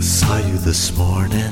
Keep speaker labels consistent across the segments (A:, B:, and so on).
A: saw you this morning.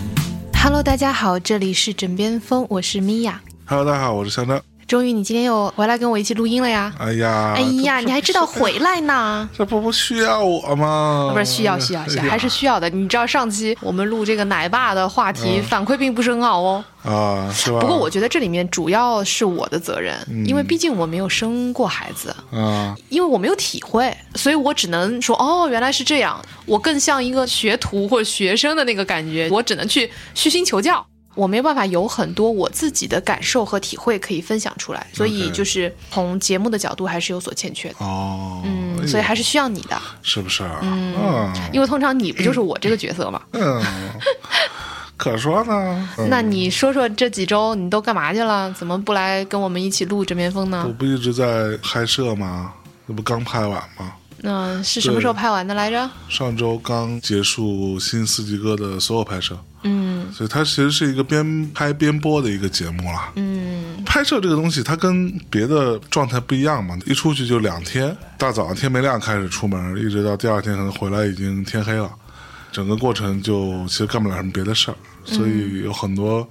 B: Hello，大家好，这里是枕边风，我是米娅。
C: Hello，大家好，我是香香。
B: 终于，你今天又回来跟我一起录音了呀！
C: 哎呀，
B: 哎呀，
C: 这
B: 你还知道回来 呢？
C: 这不不需要我吗？
B: 不是需要需要需要，
C: 哎呀
B: 还是需要的。你知道上期我们录这个奶爸的话
C: 嗯
B: 题反馈并不是很好哦。
C: 啊，是吧？
B: 不过我觉得这里面主要是我的责任，
C: 嗯
B: 因为毕竟我没有生过孩子，
C: 啊，
B: 因为我没有体会，所以我只能说哦，原来是这样。我更像一个学徒或者学生的那个感觉，我只能去虚心求教。我没有办法有很多我自己的感受和体会可以分享出来，所以
C: OK
B: 就是从节目的角度还是有所欠缺的。
C: 哦，哎
B: 嗯，
C: 呦
B: 所以还是需要你的，
C: 是不是啊？嗯
B: 因为通常你不就是我这个角色嘛？
C: 嗯，可说呢。嗯
B: 那你说说这几周你都干嘛去了？怎么不来跟我们一起录枕边风
C: 我
B: 呢？
C: 不一直在拍摄吗？这不刚拍完吗？
B: 嗯、是什么时候拍完的来着？
C: 上周刚结束新四季歌的所有拍摄，
B: 嗯
C: 所以它其实是一个边拍边播的一个节目啦。
B: 嗯，
C: 拍摄这个东西，它跟别的状态不一样嘛，一出去就两天，大早上天没亮开始出门，一直到第二天可能回来已经天黑了，整个过程就其实干不了什么别的事儿，所以有很多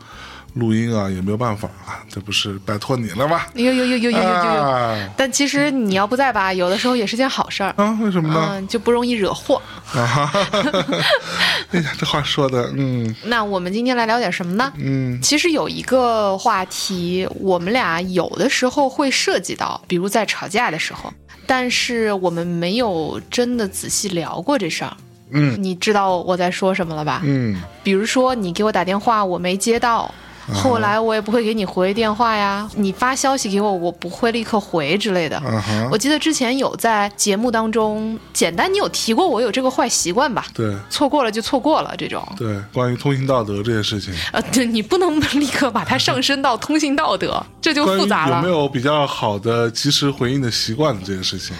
C: 录音啊也没有办法，这不是拜托你了吧？
B: 有有有有有有有有。
C: 啊
B: 但其实你要不在吧，有的时候也是件好事儿，
C: 啊，为什么呢？
B: 嗯，就不容易惹祸。
C: 啊哈哈哈哈， 哎呀，这话说的，嗯
B: 那我们今天来聊点什么呢？
C: 嗯
B: 其实有一个话题，我们俩有的时候会涉及到，比如在吵架的时候，但是我们没有真的仔细聊过这事儿。
C: 嗯
B: 你知道我在说什么了吧？
C: 嗯，
B: 比如说你给我打电话，我没接到。
C: 啊
B: 后来我也不会给你回电话呀，你发消息给我，我不会立刻回之类的。
C: 啊哈，
B: 我记得之前有在节目当中，简单你有提过我有这个坏习惯吧？
C: 对
B: 错过了就错过了这种。
C: 对，关于通行道德这件事情，
B: 呃，对你不能立刻把它上升到通信道 德，这就
C: 关 于
B: 复杂
C: 有
B: 了。
C: 没有比较好的及时回应的习惯这件 事情，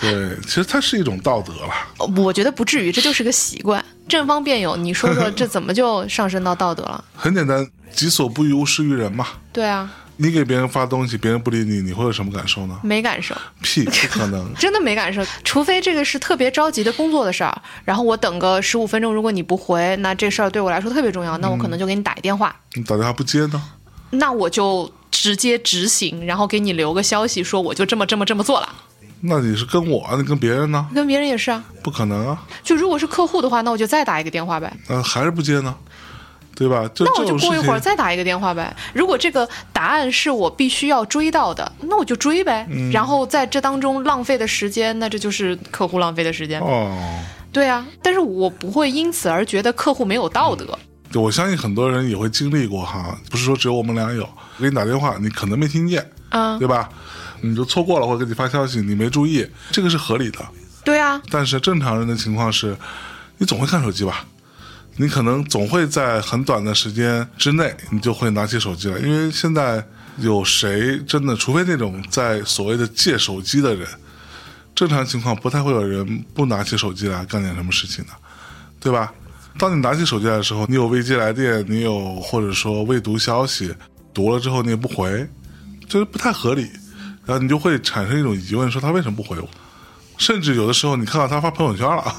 C: 对，其实它是一种道德啦。
B: 我觉得不至于，这就是个习惯。正方辩友，你说 说这怎么就上升到道德了？
C: 很简单，己所不欲，勿施于人嘛。
B: 对啊，
C: 你给别人发东西，别人不理你，你会有什么感受呢？
B: 没感受，
C: 屁，不可 能
B: 真的没感受。除非这个是特别着急的工作的事儿，然后我等个十五分钟，如果你不回，那这事儿对我来说特别重要，那我可能就给你打一电话，
C: 你打电话不接呢？
B: 那我就直接执行，然后给你留个消息说我就这么这么这么做了。
C: 那你是跟我，那跟别人呢？
B: 跟别人也是啊，
C: 不可能啊，
B: 就如果是客户的话，那我就再打一个电话呗。
C: 那、还是不接呢，对吧？就
B: 那我
C: 这
B: 就
C: 种事
B: 过一会儿
C: 情，
B: 再打一个电话呗。如果这个答案是我必须要追到的，那我就追呗。然后在这当中浪费的时间，那这就是客户浪费的时间。
C: 哦，
B: 对啊，但是我不会因此而觉得客户没有道德。
C: 对我相信很多人也会经历过哈，不是说只有我们俩有。给你打电话，你可能没听见，
B: 嗯，
C: 对吧？你就错过了，或者给你发消息，你没注意，这个是合理的。
B: 对啊，
C: 但是正常人的情况是，你总会看手机吧？你可能总会在很短的时间之内，你就会拿起手机来，因为现在有谁真的，除非那种在所谓的借手机的人，正常情况不太会有人不拿起手机来干点什么事情的，对吧？当你拿起手机来的时候，你有未接来电，你有或者说未读消息，读了之后你也不回，就是不太合理，然后你就会产生一种疑问，说他为什么不回我？甚至有的时候你看到他发朋友圈了，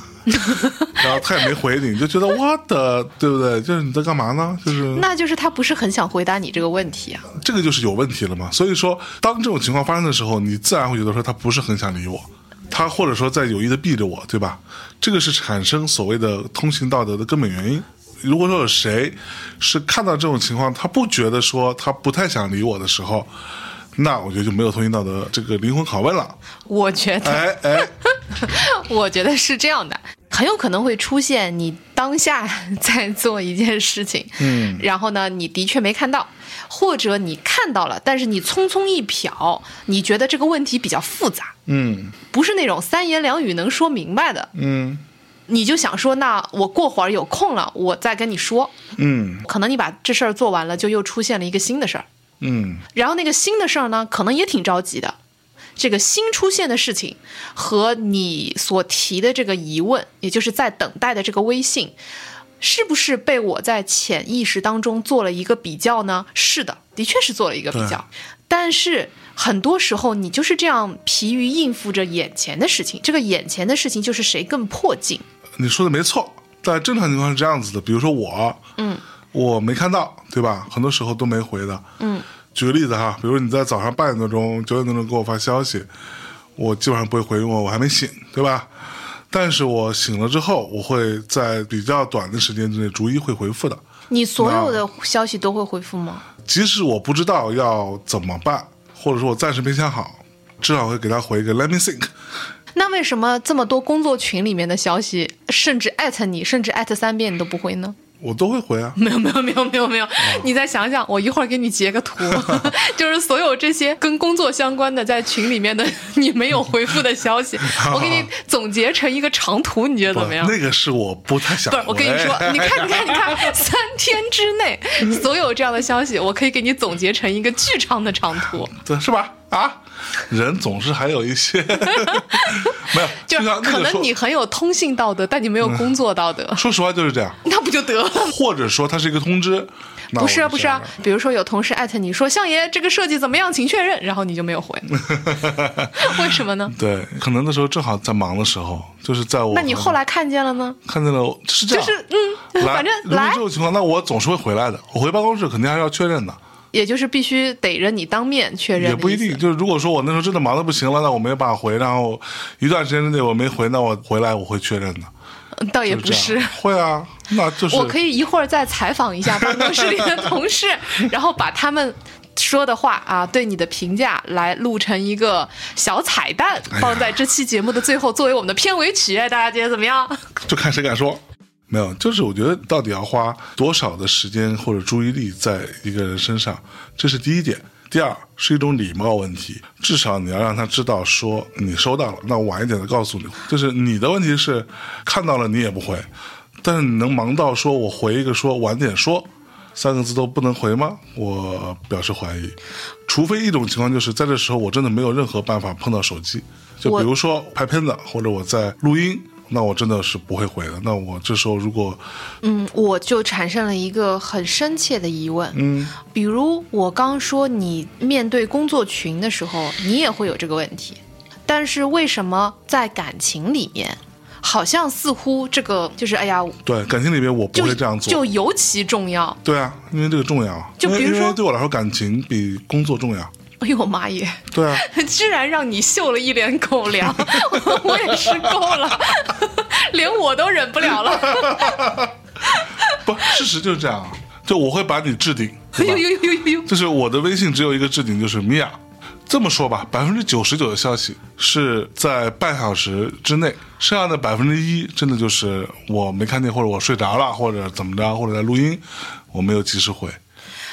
C: 然后他也没回你，你就觉得我的对不对？就是你在干嘛呢？就是
B: 那就是他不是很想回答你这个问题啊。
C: 这个就是有问题了嘛。所以说，当这种情况发生的时候，你自然会觉得说他不是很想理我，他或者说在有意的避着我，对吧？这个是产生所谓的通行道德的根本原因。如果说有谁是看到这种情况，他不觉得说他不太想理我的时候，那我觉得就没有通行道德这个灵魂拷问了。
B: 我觉得，
C: 哎哎，
B: 我觉得是这样的，很有可能会出现你当下在做一件事情，嗯，然后呢，你的确没看到，或者你看到了，但是你匆匆一瞟，你觉得这个问题比较复杂，
C: 嗯
B: 不是那种三言两语能说明白的，
C: 嗯
B: 你就想说，那我过会儿有空了，我再跟你说。
C: 嗯
B: 可能你把这事儿做完了，就又出现了一个新的事儿，
C: 嗯，
B: 然后那个新的事儿呢，可能也挺着急的。这个新出现的事情和你所提的这个疑问，也就是在等待的这个微信，是不是被我在潜意识当中做了一个比较呢？是的，的确是做了一个比较。但是很多时候，你就是这样疲于应付着眼前的事情。这个眼前的事情就是谁更迫近。
C: 你说的没错，在正常情况是这样子的，比如说我，
B: 嗯，
C: 我没看到，对吧？很多时候都没回的，
B: 嗯。
C: 举个例子哈，比如你在早上八点多钟、九点多钟给我发消息，我基本上不会回，因为我还没醒，对吧？但是我醒了之后，我会在比较短的时间之内逐一会回复的。
B: 你所有的消息都会回复吗？
C: 即使我不知道要怎么办，或者说我暂时没想好，至少会给他回一个 “Let me think”。
B: 那为什么这么多工作群里面的消息，甚至艾特你，甚至艾特三遍你都不回呢？
C: 我都会回啊，
B: 没有没有没有没有
C: 哦
B: 没有，你再想想，我一会儿给你截个图， 就是所有这些跟工作相关的在群里面的你没有回复的消 息，我给你总结成一个长图，你觉得 怎么样
C: 不？那个是我不太想
B: 不
C: 回。
B: 是，我跟你说，你看，你看，你看，三天之 内所有这样的消息，我可以给你总结成一个巨长的长图。
C: 对，是吧？啊，人总是还有 一些没有，
B: 就
C: 就像那
B: 可
C: 个嗯
B: 能
C: 说
B: 你很有通信道德，但你没有工作道德，
C: 说实话就是这样，
B: 那不就得了？
C: 或者说它是一个通知，那
B: 不是啊，
C: 我就
B: 不是啊
C: 这样，
B: 比如说有同事艾特你说相爷这个设计怎么样，请确认，然后你就没有 回，为什么呢？
C: 对，可能那时候正好在忙的时候，就是在我
B: 那你后来看见了呢？
C: 看见了我是这
B: 就
C: 样，
B: 是嗯，
C: 来
B: 反正
C: 如果
B: 来
C: 这，种情况，那我总是会回来的。我回办公室肯定还是要确认的，
B: 也就是必须逮着你当面确认，
C: 也不一定。。就是如果说我那时候真的忙的不行了，那我没办法回，然后一段时间之内我没回，那我回来我会确认的。
B: 嗯倒也
C: 就
B: 不
C: 这
B: 是
C: 样，会啊，那就是
B: 我可以一会儿再采访一下办公室里的同 事，然后把他们。说的话啊，对你的评价来录成一个小彩蛋，
C: 哎
B: 放在这期节目的最后，作为我们的片尾曲，哎大家觉得怎么样？
C: 就看谁敢说。没有，就是我觉得到底要花多少的时间或者注意力在一个人身上，这是第一点。第二是一种礼貌问题，至少你要让他知道说你收到了，那我晚一点的告诉你。就是你的问题是看到了你也不回，但是你能忙到说我回一个说晚点说三个字都不能回吗？我表示怀疑。除非一种情况就是在这时候我真的没有任何办法碰到手机，就
B: 我
C: 比如说拍片子或者我在录音，那我真的是不会回的。那我这时候如果
B: 嗯，我就产生了一个很深切的疑问。
C: 嗯，
B: 比如我刚说你面对工作群的时候，你也会有这个问题，但是为什么在感情里面，好像似乎这个就是哎呀，
C: 对感情里面我不
B: 就
C: 会这样
B: 就
C: 做。
B: 尤其重要。
C: 对啊，因为这个重要，
B: 就比如
C: 因为因
B: 说
C: 为对我来说感情比工作重要。
B: 哎呦我妈耶！
C: 对啊，
B: 居然让你嗅了一脸狗 粮，我也是够了，连我都忍不 了了。
C: 不，事实就是这样啊。就我会把你置顶，
B: 哎
C: 对吧
B: 呦呦呦呦呦！
C: 就是我的微信只有一个置顶，就是米娅。这么说吧，百分之九十九的消息是在半小时之内，剩下的百分之一真的就是我没看见，或者我睡着了，或者怎么着，或者在录音，我没有及时回，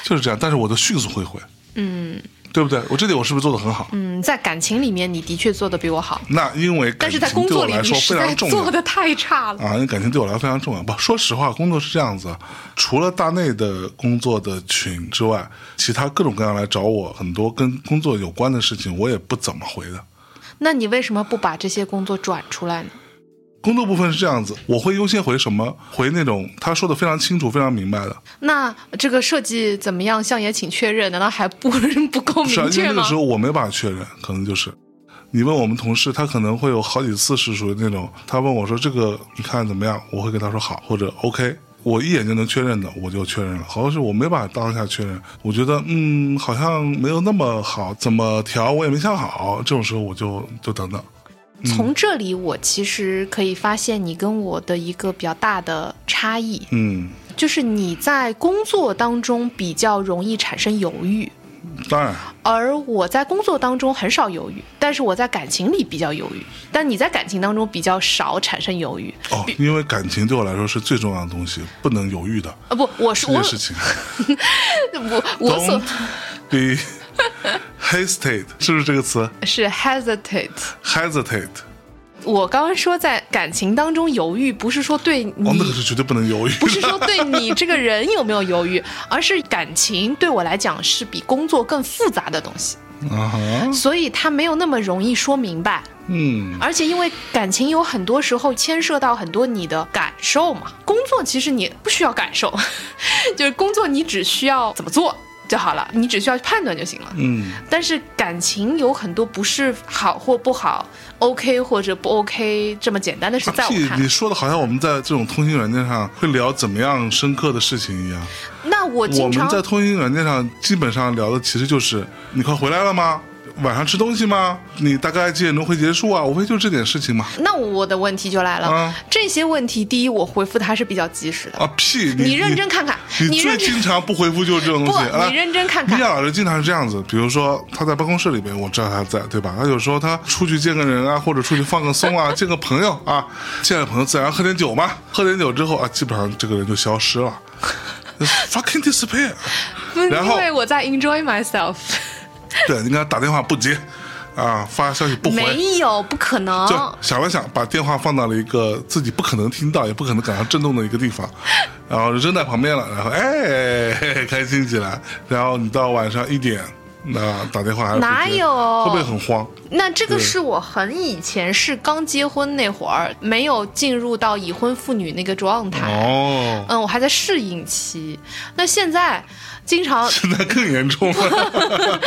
C: 就是这样。但是我都迅速会回，嗯，对不对？我这点我是不是做的很好？
B: 嗯，在感情里面你的确做的比我好，
C: 那因为
B: 但
C: 感
B: 是
C: 情
B: 在工
C: 对
B: 作
C: 我
B: 里
C: 来
B: 你
C: 说
B: 实
C: 非
B: 在
C: 常重要
B: 做的太差了。
C: 啊，因为感情对我来说非常重要。不，说实话，工作是这样子，啊，除了大内的工作的群之外，其他各种各样来找我很多跟工作有关的事情，我也不怎么回的。
B: 那你为什么不把这些工作转出来呢？
C: 工作部分是这样子，我会优先回什么？回那种他说的非常清楚、非常明白的，
B: 那这个设计怎么样？相爷请确认，难道还不不够
C: 是啊，
B: 明
C: 因为
B: 确
C: 那个
B: 吗？
C: 时候我没办法确认，可能就是你问我们同事，他可能会有好几次是属于那种，他问我说这个你看怎么样，我会跟他说好或者 OK，我一眼就能确认的，我就确认了。好像是我没办法当下确认，我觉得嗯好像没有那么好，怎么调我也没想好，这种时候我就就等等。嗯
B: 从这里我其实可以发现你跟我的一个比较大的差异，
C: 嗯，
B: 就是你在工作当中比较容易产生犹豫，
C: 当然
B: 而我在工作当中很少犹豫，但是我在感情里比较犹豫，但你在感情当中比较少产生犹豫。
C: 哦，因为感情对我来说是最重要的东西，不能犹豫的
B: 啊不，我是
C: 这
B: 我
C: 件事情。
B: 我我所
C: be hesitate 是不是这 个词
B: 是 hesitate。
C: ？hesitate，
B: 我刚刚说在感情当中犹豫，不是说对你
C: 哦， 那个是绝对不能犹豫的。
B: 不是说对你这个人有没有犹豫，而是感情对我来讲是比工作更复杂的东西，
C: 啊哈，
B: 所以它没有那么容易说明白。
C: 嗯，
B: 而且因为感情有很多时候牵涉到很多你的感 受嘛，工作其实你不需要感受，就是工作你只需要怎么做。就好了，你只需要去判断就行了。
C: 嗯，
B: 但是感情有很多不是好或不好，OK 或者不 OK 这么简单的事，在我
C: 屁
B: 看，
C: 你说的好像我们在这种通信软件上会聊怎么样深刻的事情一样。
B: 那我
C: 我
B: 经
C: 们
B: 常
C: 在通信软件上基本上聊的其实就是你快回来了吗？晚上吃东西吗？你大概几点钟会结束啊？无非就这点事情嘛。
B: 那我的问题就来了，
C: 啊
B: 这些问题，第一，我回复他是比较及时的，
C: 啊屁！你
B: 你认真看看
C: 你
B: 你
C: 最
B: 认真
C: 经常不回复就是这种东西。啊
B: 不
C: 来
B: 你认真看看
C: 米娅老师经常是这样子，比如说他在办公室里边，我知道他在，对吧？他有时候他出去见个人啊，或者出去放个松 啊，见个朋友啊，见了朋友自然喝点酒嘛，喝点酒之后啊，基本上这个人就消失 了，fucking disappear。
B: 不是
C: 然
B: 因
C: 后
B: 为我在 enjoy myself，
C: 对，你给他打电话不接，啊，发消息不回，
B: 没有，不可能，
C: 就想了想，把电话放到了一个自己不可能听到，也不可能感到震动的一个地 方，然后扔在旁边了，然后哎，嘿嘿开心起来。然后你到晚上一点，那打电话还是不接
B: 哪有
C: 会不会很慌？
B: 那这个
C: 对
B: 是我很以前是刚结婚那会儿，没有进入到已婚妇女那个状态。
C: 哦，
B: 嗯，我还在适应期。那现在经常，
C: 现在更严重了。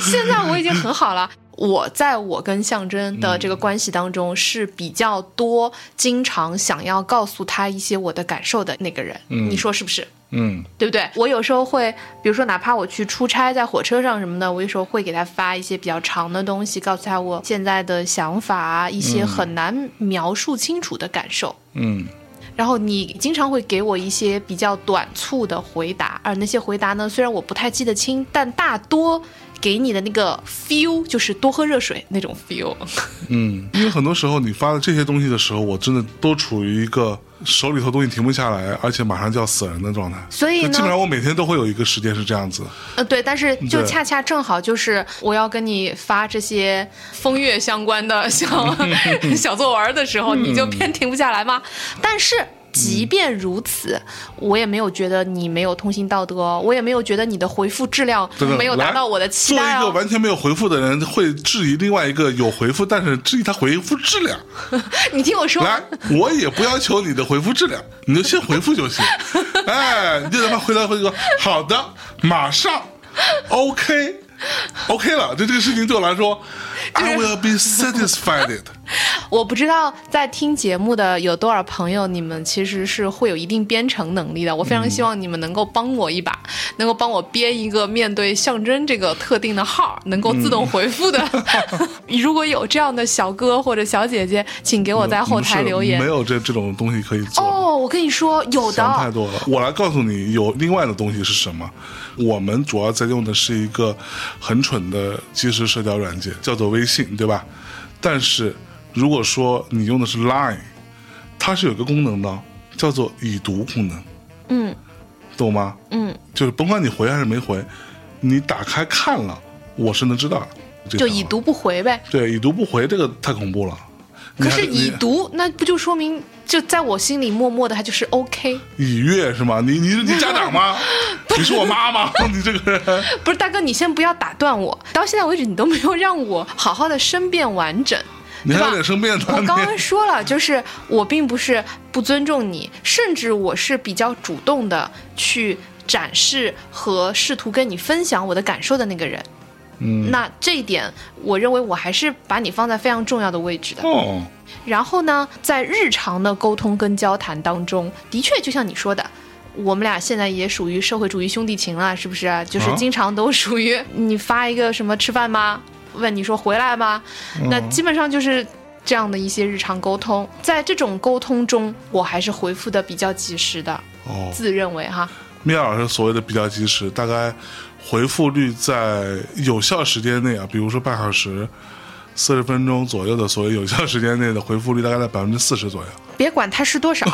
B: 现在我已经很好了。我在我跟象征
C: 嗯
B: 的这个关系当中是比较多，经常想要告诉他一些我的感受的那个人，你说是不是？
C: 嗯，
B: 对不对？我有时候会，比如说哪怕我去出差，在火车上什么的，我有时候会给他发一些比较长的东西，告诉他我现在的想法，啊一些很难描述清楚的感受。
C: 嗯，
B: 然后你经常会给我一些比较短促的回答，而那些回答呢，虽然我不太记得清，但大多给你的那个 feel 就是多喝热水那种 feel。
C: 嗯，因为很多时候你发的这些东西的时候，我真的都处于一个手里头东西停不下来，而且马上就要死人的状态。
B: 所以
C: 就
B: 呢
C: 基本上我每天都会有一个时间是这样子。
B: 呃，对，但是就
C: 对
B: 恰恰正好就是我要跟你发这些风月相关的 小小作文的时候，你就偏停不下来吗？
C: 嗯
B: 但是。即便如此，我也没有觉得你没有通信道德哦，我也没有觉得你的回复质量
C: 真的
B: 没有达
C: 来
B: 到我的期待、哦、
C: 作为一个完全没有回复的人，会质疑另外一个有回复，但是质疑他回复质量。
B: 你听我说，
C: 来，我也不要求你的回复质量，你就先回复 就行。哎，你就他妈回来回去说好的，马上，OK。OK 了，就这个事情对我来说，I will be satisfied。
B: 我不知道在听节目的有多少朋友，你们其实是会有一定编程能力的。我非常希望你们能够帮我一把，能够帮我编一个面对象征这个特定的号能够 自动回复的。如果有这样的小哥或者小姐姐，请 给我在后台留言
C: 没。有这这种东西可以做。
B: 哦，我跟你说，有
C: 嗯想太
B: 的，
C: 多了。我来告诉你，有另外的东西是什么。我们主要在用的是一个很蠢的即时社交软件，叫做微信，对吧？但是如果说你用的是 Line，它是有个功能的，叫做已读功能，
B: 嗯
C: 懂吗？
B: 嗯，
C: 就是甭管你回还是没回，你打开看了，我是能知道的。这
B: 就
C: 条
B: 已读不回呗。
C: 对已读不回这个太恐怖了。你
B: 可
C: 还
B: 是
C: 你
B: 已读，那不就说明就在我心里默默的，它就是 OK。
C: 已阅是吗？你你你家长 吗？你是我妈吗？ 你这个人。
B: 不是大哥，你先不要打断我。到现在为止，你都没有让我好好的申辩完整，
C: 你
B: 对
C: 还有
B: 吧？
C: 点生病呢。
B: 我刚刚
C: 你
B: 说了，就是我并不是不尊重你，甚至我是比较主动的去展示和试图跟你分享我的感受的那个人。
C: 嗯，
B: 那这一点，我认为我还是把你放在非常重要的位置的。
C: 哦，
B: 然后呢，在日常的沟通跟交谈当中，的确就像你说的，我们俩现在也属于社会主义兄弟情了，是不是、啊？就是
C: 啊
B: 经常都属于嗯你发一个什么吃饭吗？问你说回来吗？那基本上就是这样的一些日常沟通。在这种沟通中，我还是回复的比较及时的，
C: 哦，
B: 自认为哈。
C: 米娅老师所谓的比较及时，大概回复率在有效时间内啊，比如说半小时、四十分钟左右的所谓有效时间内的回复率，大概在百分之四十左右。
B: 别管它是多少，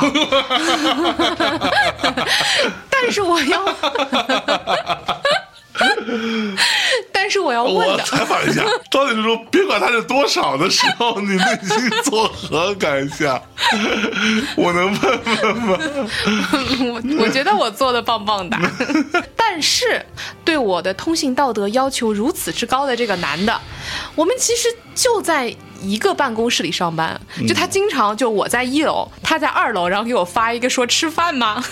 B: 但是我要， 但是我要问
C: 我
B: 的，
C: 采访一 下，到底是说别管它是多少的时候，你内心作何感想？我能问问吗？
B: 我我觉得我做的棒棒 哒，但是对我的通信道德要求如此之高的这个男的，我们其实就在一个办公室里上班，
C: 嗯
B: 就他经常就我在一楼，他在二楼，然后给我发一个说吃饭吗？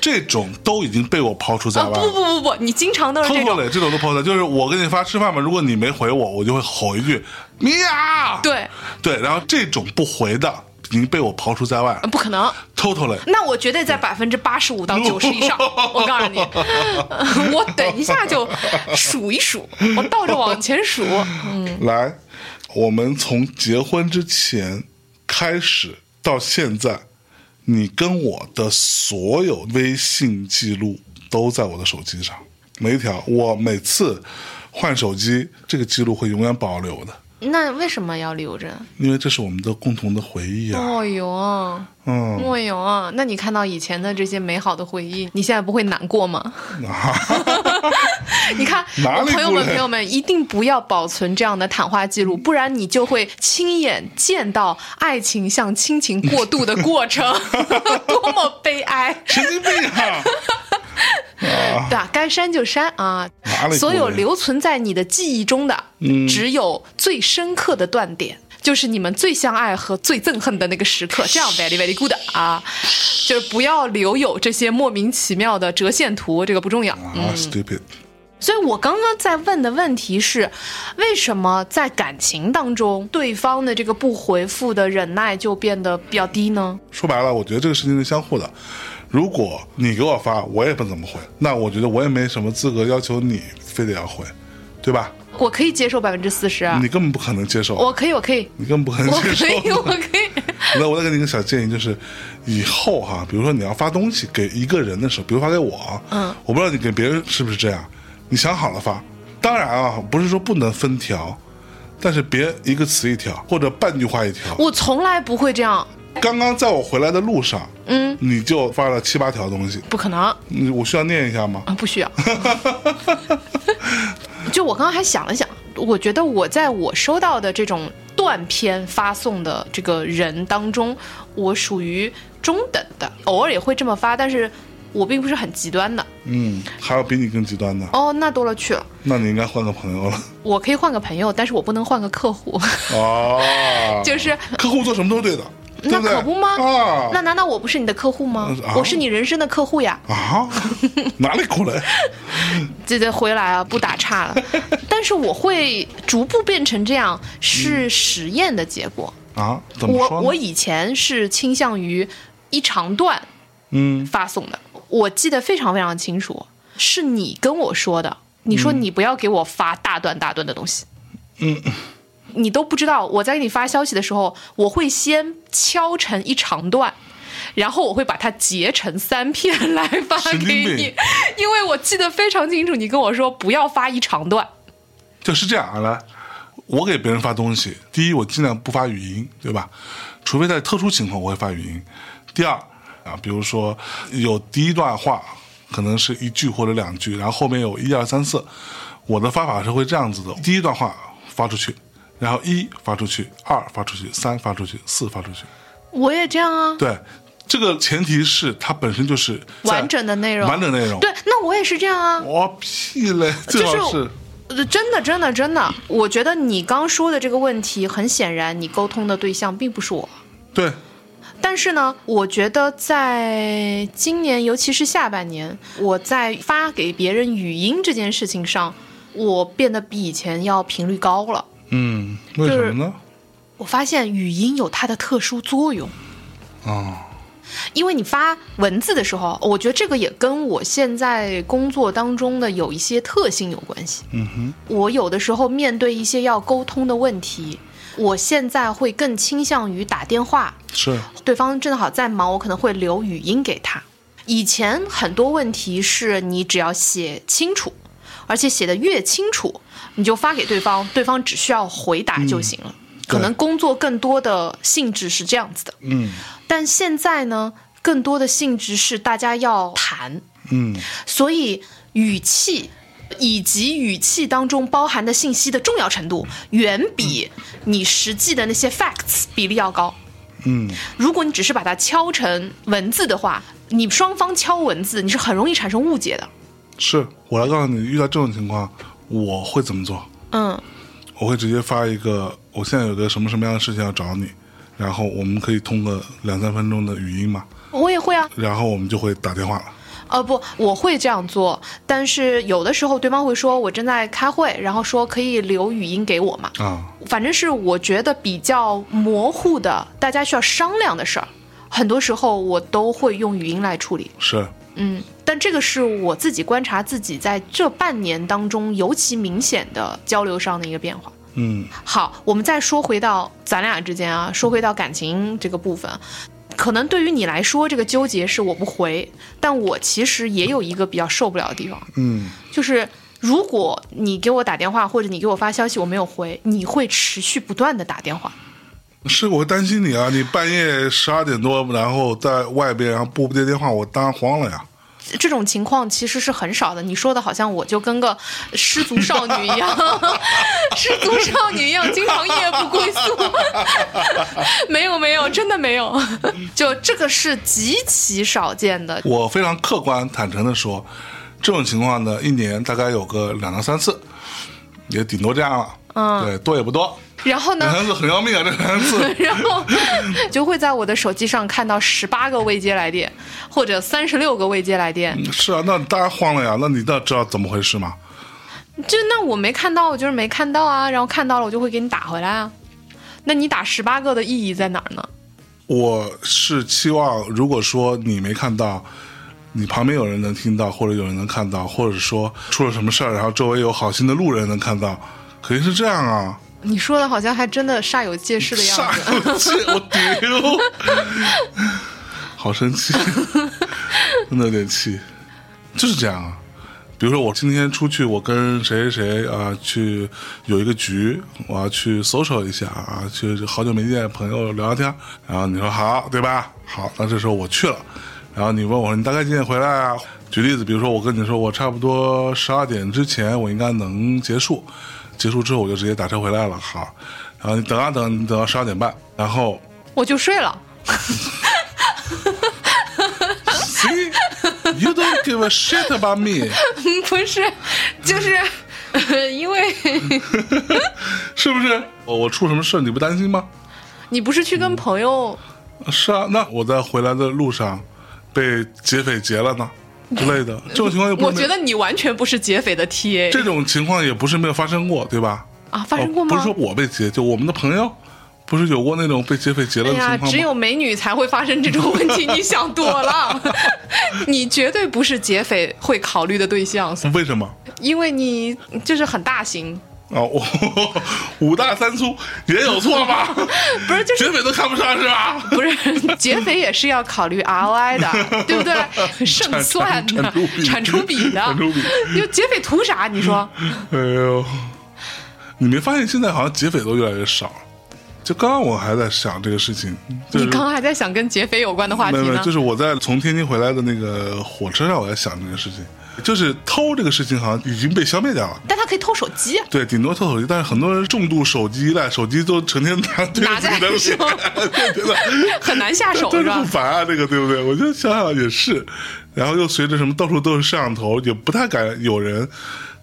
C: 这种都已经被我抛出在
B: 啊
C: 外
B: 不
C: 了。
B: 不不不，你经常都是
C: 偷
B: 这
C: 偷
B: 种。
C: 垒这种都抛出来，就是我给你发吃饭吧，如果你没回我，我就会吼一句“米娅”，
B: 对，
C: 对，然后这种不回的已经被我刨除在外
B: 呃，不可能。
C: 偷偷垒。。
B: 那我绝对在百分之八十五到九十以上 我告诉你， 我等一下就数一数，我倒着往前 数。嗯
C: 来，我们从结婚之前开始到现在，你跟我的所有微信记录都在我的手机上，每一条。我每次换手机，这个记录会永远保留的，
B: 那为什么要留着？
C: 因为这是我们的共同的回忆啊。
B: 哦哟啊，
C: 嗯，
B: 哦哟啊！那你看到以前的这些美好的回忆，你现在不会难过 吗？你看，
C: 哪
B: 我
C: 里
B: 朋友
C: 不
B: 们，
C: 会
B: 朋友们一定不要保存这样的谈话记录，不然你就会亲眼见到爱情向亲情过渡的过程， 多么悲哀！
C: 神经病啊！
B: 对吧？该删就删啊
C: 哪里不！会
B: 所有留存在你的记忆中的，
C: 嗯
B: 只有最深刻的断点，就是你们最相爱和最憎恨的那个时刻。这样 very very good 啊，就是不要留有这些莫名其妙的折线图，这个不重要。
C: 啊，stupid，
B: 所以我刚刚在问的问题是，为什么在感情当中，对方的这个不回复的忍耐就变得比较低呢？
C: 说白了，我觉得这个事情是相互的。如果你给我发，我也不怎么回，那我觉得我也没什么资格要求你非得要回，对吧？
B: 我可以接受百分之四十，
C: 你根本不可能接受，
B: 啊我可以，我可以，
C: 你根本不可能
B: 我
C: 接受
B: 可。以，我可以。
C: 那我再给你一个小建议，就是以后哈、比如说你要发东西给一个人的时候，比如发给我，啊
B: 嗯，
C: 我不知道你给别人是不是这样，你想好了发。当然啊，不是说不能分条，但是别一个词一条，或者半句话一条。
B: 我从来不会这样，
C: 刚刚在我回来的路上，
B: 嗯，
C: 你就发了七八条东西，
B: 不可能啊，
C: 嗯我需要念一下吗？
B: 不需要。 就我刚刚还想了想，我觉得我在我收到的这种断片发送的这个人当中，我属于中等的，偶尔也会这么发，但是我并不是很极端的。
C: 嗯，还有比你更极端的，
B: 哦，那多了去了。
C: 那你应该换个朋友了。
B: 我可以换个朋友，但是我不能换个客户，
C: 啊哦，
B: 就是
C: 客户做什么都对的，对
B: 那
C: 不对
B: 可不吗？
C: 啊，
B: 那难道我不是你的客户吗？
C: 啊
B: 我是你人生的客户呀。
C: 啊，哪里过来？
B: 这得回来啊，不打岔了。但是我会逐步变成这样，是实验的结果。
C: 啊，怎么
B: 我
C: 说
B: 我
C: 呢？
B: 以前是倾向于一长段
C: 嗯
B: 发送的，我记得非常非常清楚，是你跟我说的，你说你不要给我发大段大段的东西。
C: 嗯，
B: 你都不知道我在给你发消息的时候，我会先敲成一长段。然后我会把它截成三片来发
C: 神经
B: 给
C: 病
B: 你，因为我记得非常清楚，你跟我说不要发一长段，
C: 就是这样啊。来，我给别人发东西，第一，我尽量不发语音，对吧？除非在特殊情况我会发语音。第二啊，比如说有第一段话，可能是一句或者两句，然后后面有一二三四。我的发法是会这样子的：第一段话发出去，然后一发出去，二发出去，三发出去，四发出去。
B: 我也这样啊，
C: 对，这个前提是它本身就是在
B: 完整的内容，
C: 完整内容。
B: 对，那我也是这样啊，
C: 我屁嘞，最
B: 就是
C: 好是
B: 呃真的，真的，真的，我觉得你刚说的这个问题，很显然你沟通的对象并不是我。
C: 对，
B: 但是呢，我觉得在今年，尤其是下半年，我在发给别人语音这件事情上，我变得比以前要频率高了。
C: 嗯，为什么呢？
B: 我发现语音有它的特殊作用。
C: 啊、
B: 因为你发文字的时候，我觉得这个也跟我现在工作当中的有一些特性有关系。
C: 嗯哼，
B: 我有的时候面对一些要沟通的问题，我现在会更倾向于打电话。
C: 是，
B: 对方正好在忙，我可能会留语音给他。以前很多问题是你只要写清楚，而且写的越清楚，你就发给对方，对方只需要回答就行了。可能工作更多的性质是这样子的，
C: 嗯
B: 但现在呢，更多的性质是大家要谈，
C: 嗯，
B: 所以语气以及语气当中包含的信息的重要程度，远比你实际的那些 facts 比例要高。
C: 嗯，
B: 如果你只是把它敲成文字的话，你双方敲文字，你是很容易产生误解的。
C: 是我来告诉你，遇到这种情况，我会怎么做？
B: 嗯，
C: 我会直接发一个，我现在有个什么什么样的事情要找你，然后我们可以通个两三分钟的语音嘛，
B: 我也会啊，
C: 然后我们就会打电话了。
B: 呃，不，我会这样做，但是有的时候对方会说我正在开会，然后说可以留语音给我嘛。
C: 啊，
B: 反正是我觉得比较模糊的，大家需要商量的事儿，很多时候我都会用语音来处理。
C: 是，
B: 嗯，但这个是我自己观察自己在这半年当中尤其明显的交流上的一个变化。
C: 嗯，
B: 好，我们再说回到咱俩之间啊，说回到感情这个部分，可能对于你来说，这个纠结是我不回，但我其实也有一个比较受不了的地方，
C: 嗯，
B: 就是如果你给我打电话或者你给我发消息，我没有回，你会持续不断的打电话。
C: 是我担心你啊，你半夜十二点多，然后在外边，然后不接电话，我当然慌了呀。
B: 这种情况其实是很少的。你说的好像我就跟个失足少女一样， 失足少女一样，经常夜不归宿。 没有没有，真的没有。就这个是极其少见的。
C: 我非常客观坦诚的说，这种情况呢，一年大概有个两到三次，也顶多这样了。嗯，对，多也不多，
B: 然 后呢，
C: 两三次很要命啊，这两三次
B: 然后就会在我的手机上看到十八个未接来电，或者三十六个未接来电。
C: 是啊，那当然慌了呀。那你那知道怎么回事吗？
B: 就那我没看到，我就是没看到啊。然后看到了，我就会给你打回来啊。那你打十八个的意义在哪儿呢？
C: 我是期望，如果说你没看到，你旁边有人能听到，或者有人能看到，或者说出了什么事儿，然后周围有好心的路人能看到，肯定是这样啊。
B: 你说的好像还真的煞有介事的样
C: 煞
B: 子。
C: 有介，我丢，好生气， 真的有点气，就是这样啊。比如说我今天出去，我跟谁谁谁啊去有一个局，我要去 social 一下啊，去好久没见的朋友聊聊天，然后你说好，对吧？好，那这时候我去了，然后你问我你大概几点回来啊？举例子，比如说我跟你说我差不多十二点之前我应该能结束，结束之后我就直接打车回来了，好，然后你等啊等，你等到十二点半，然后
B: 我就睡了。
C: see you don't give a shit about me，
B: 不是，就是、呃因为
C: 是不是？我我出什么事你不担心吗？
B: 你不是去跟朋友，
C: 是啊，那我在回来的路上被劫匪劫了 呢之类的，这种情况又不是
B: 我
C: 没
B: 觉得你完全不是劫匪的 TA
C: 嗯这种情况也不是没有发生过，对吧？
B: 啊，发生过
C: 哦不
B: 吗？
C: 是说我被劫，就我们的朋友，不是有过那种被劫匪劫了
B: 哎
C: 的情
B: 呀，
C: 况吗？
B: 只有美女才会发生这种问题，你想多了， 你绝对不是劫匪会考虑的对象，
C: 嗯为什么？
B: 因为你就是很大型，
C: 啊，我 五大三粗也有错 吧？
B: 不是就是
C: 劫匪都看不上是吧？
B: 不是劫匪也是要考虑 ROI 的，对不对？胜算的
C: 产出、比
B: 产出比的
C: 产出比，
B: 就劫匪图啥？你说？
C: 哎呦，你没发现现在好像劫匪都越来越少了？就刚刚我还在想这个事情， 就是、
B: 你刚刚还在想跟劫匪有关的话题
C: 没有没有，
B: 呢
C: 就？是我在从天津回来的那个火车上，我在想这个事情，就是偷这个事情好像已经被消灭掉了。
B: 但他可以偷手机啊，
C: 对，顶多偷手机，但是很多人重度手机依赖，手机都成天拿对
B: 拿
C: 着自己
B: 在
C: 的
B: 手
C: 脸，就觉得
B: 很难下 手
C: 真
B: 是
C: 是
B: 吧
C: 不？烦啊，这个对不对？我就想想也是，然后又随着什么到处都是摄像头，也不太敢有人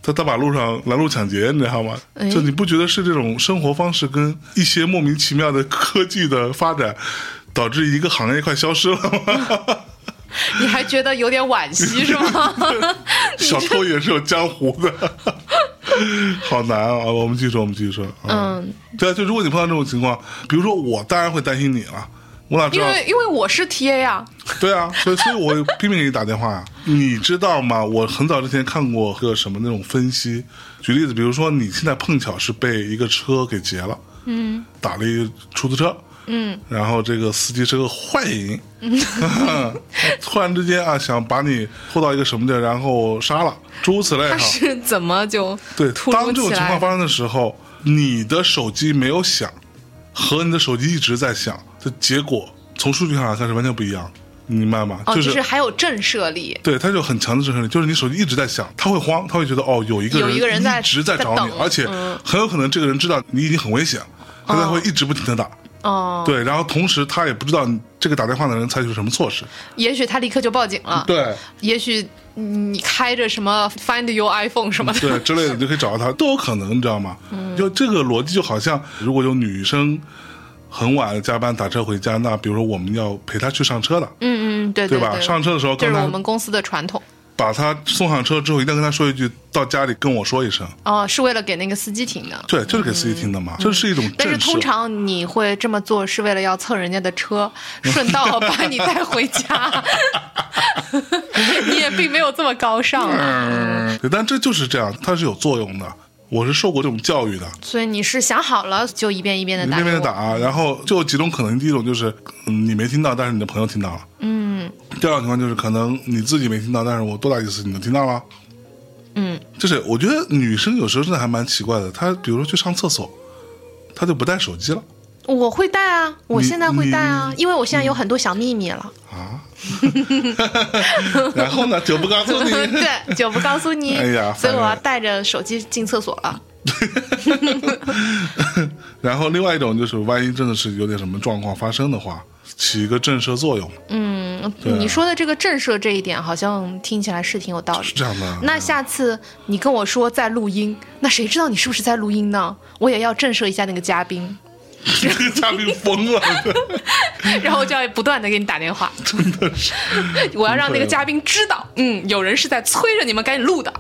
C: 在大马路上拦路抢劫，你知道吗？
B: 哎
C: 就你不觉得是这种生活方式跟一些莫名其妙的科技的发展，导致一个行业快消失了吗？
B: 你还觉得有点惋惜是吗？
C: 小偷也是有江湖的， 好难啊！我们继续说，我们继续说。啊
B: 嗯，
C: 对啊，就如果你碰到这种情况，比如说我当然会担心你了，我哪知
B: 因
C: 道？
B: 为因为我是 TA 啊，
C: 对啊，所以所以我拼命给你打电话呀、你知道吗？我很早之前看过个什么那种分析，举例子，比如说你现在碰巧是被一个车给劫了，嗯，打了一个出租车，嗯，然后这个司机是个 坏人， 嗯、突然之间啊想把你拖到一个什么地儿，然后杀了，诸如此类
B: 他
C: 哈。
B: 是怎么就
C: 对，
B: 突
C: 当
B: 如
C: 这种
B: 其
C: 情况
B: 来？
C: 发生的时候，你的手机没有响，和你的手机一直在响的结果，从数据上来看是完全不一样的，你明白吗？
B: 哦，
C: 就是。
B: 就是还有震慑力，
C: 对，它就很强的震慑力，就是你手机一直在响，他会慌，他会觉得哦，有一个人
B: 有一个人在
C: 一直在找
B: 在
C: 你，
B: 等嗯
C: 而且很有可能这个人知道你已经很危险，他才会一直不停的打。
B: 哦，
C: 对，然后同时他也不知道你这个打电话的人采取了什么措施。
B: 也许他立刻就报警了，
C: 对，
B: 也许你开着什么 Find Your iPhone 什么的，
C: 对之类
B: 嗯
C: 的，你就可以找到他，都有可能，你知道吗？就这个逻辑就好像，如果有女生很晚加班打车回家，那比如说我们要陪他去上车的，
B: 嗯嗯，对
C: 对
B: 对
C: 吧？上车的时候
B: 这
C: 跟
B: 是我
C: 他
B: 们公司的传统
C: 把他送上车之后，一定要跟他说一句到家里跟我说一声，
B: 哦，是为了给那个司机停的。
C: 对，就是给司机听的嘛，这是一种
B: 嗯但是
C: 震
B: 通
C: 慑。
B: 常你会这么做是为了要蹭人家的 车，顺道把你带回家，你也并没有这么高尚啊。
C: 嗯，对，但这就是这样，它是有作用的。我是受过这种教育的，
B: 所以你是想好了就一遍一遍的打
C: 那
B: 给我，
C: 边的打，啊然后就有几种可能，第一种就是、嗯你没听到，但是你的朋友听到了，嗯。第二种情况就是可能你自己没听到，但是我多打几次你就听到了，
B: 嗯，
C: 就是我觉得女生有时候真的还蛮奇怪的，她比如说去上厕所，她就不带手机了
B: 我会带啊，我现在会带啊，因为我现在有很多小秘密了。
C: 啊，然后呢就不告 诉你，
B: 对，就不告诉你。
C: 嗯哎呀
B: 所以我
C: 反
B: 要
C: 正
B: 带着手机进厕所了。
C: 然后另外一种就是万一真的是有点什么状况发生的话，起一个震慑作用，
B: 嗯，
C: 对啊
B: 你说的这个震慑这一点，好像听起来是挺有道理
C: 是。这样的。
B: 那下次你跟我说在录音，那谁知道你是不是在录音呢？我也要震慑一下那个嘉 宾，
C: 这个嘉宾疯了，
B: 然后我就要不断的给你打电话。真的是，我要让那个嘉宾知道，嗯，有人是在催着你们赶紧录的。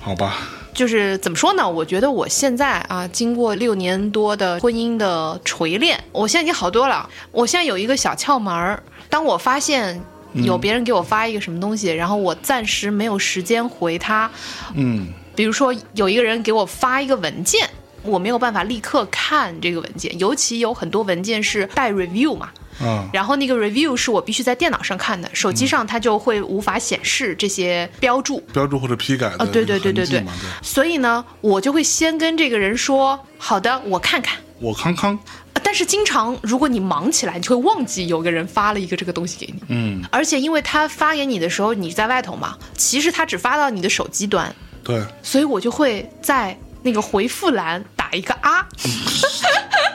C: 好吧，
B: 就是怎么说呢？我觉得我现在啊，经过六年多的婚姻的锤炼，我现在已经好多了。我现在有一个小窍门儿，当我发现有别人给我发一个什么东西，然后我暂时没有时间回他，
C: 嗯，
B: 比如说有一个人给我发一个文件，我没有办法立刻看这个文件，尤其有很多文件是带 review 嘛，
C: 啊，
B: 然后那个 review 是我必须在电脑上看的，手机上它就会无法显示这些标注。
C: 标注或者批改的
B: 啊，对对对对
C: 呃痕迹
B: 对
C: 嘛对，
B: 所以呢，我就会先跟这个人说，好的，我看看。
C: 我康康，
B: 但是经常，如果你忙起来，你就会忘记有个人发了一个这个东西给你。
C: 嗯，
B: 而且，因为他发给你的时候你在外头嘛，其实他只发到你的手机端，
C: 对，
B: 所以我就会在那个回复栏打一个啊。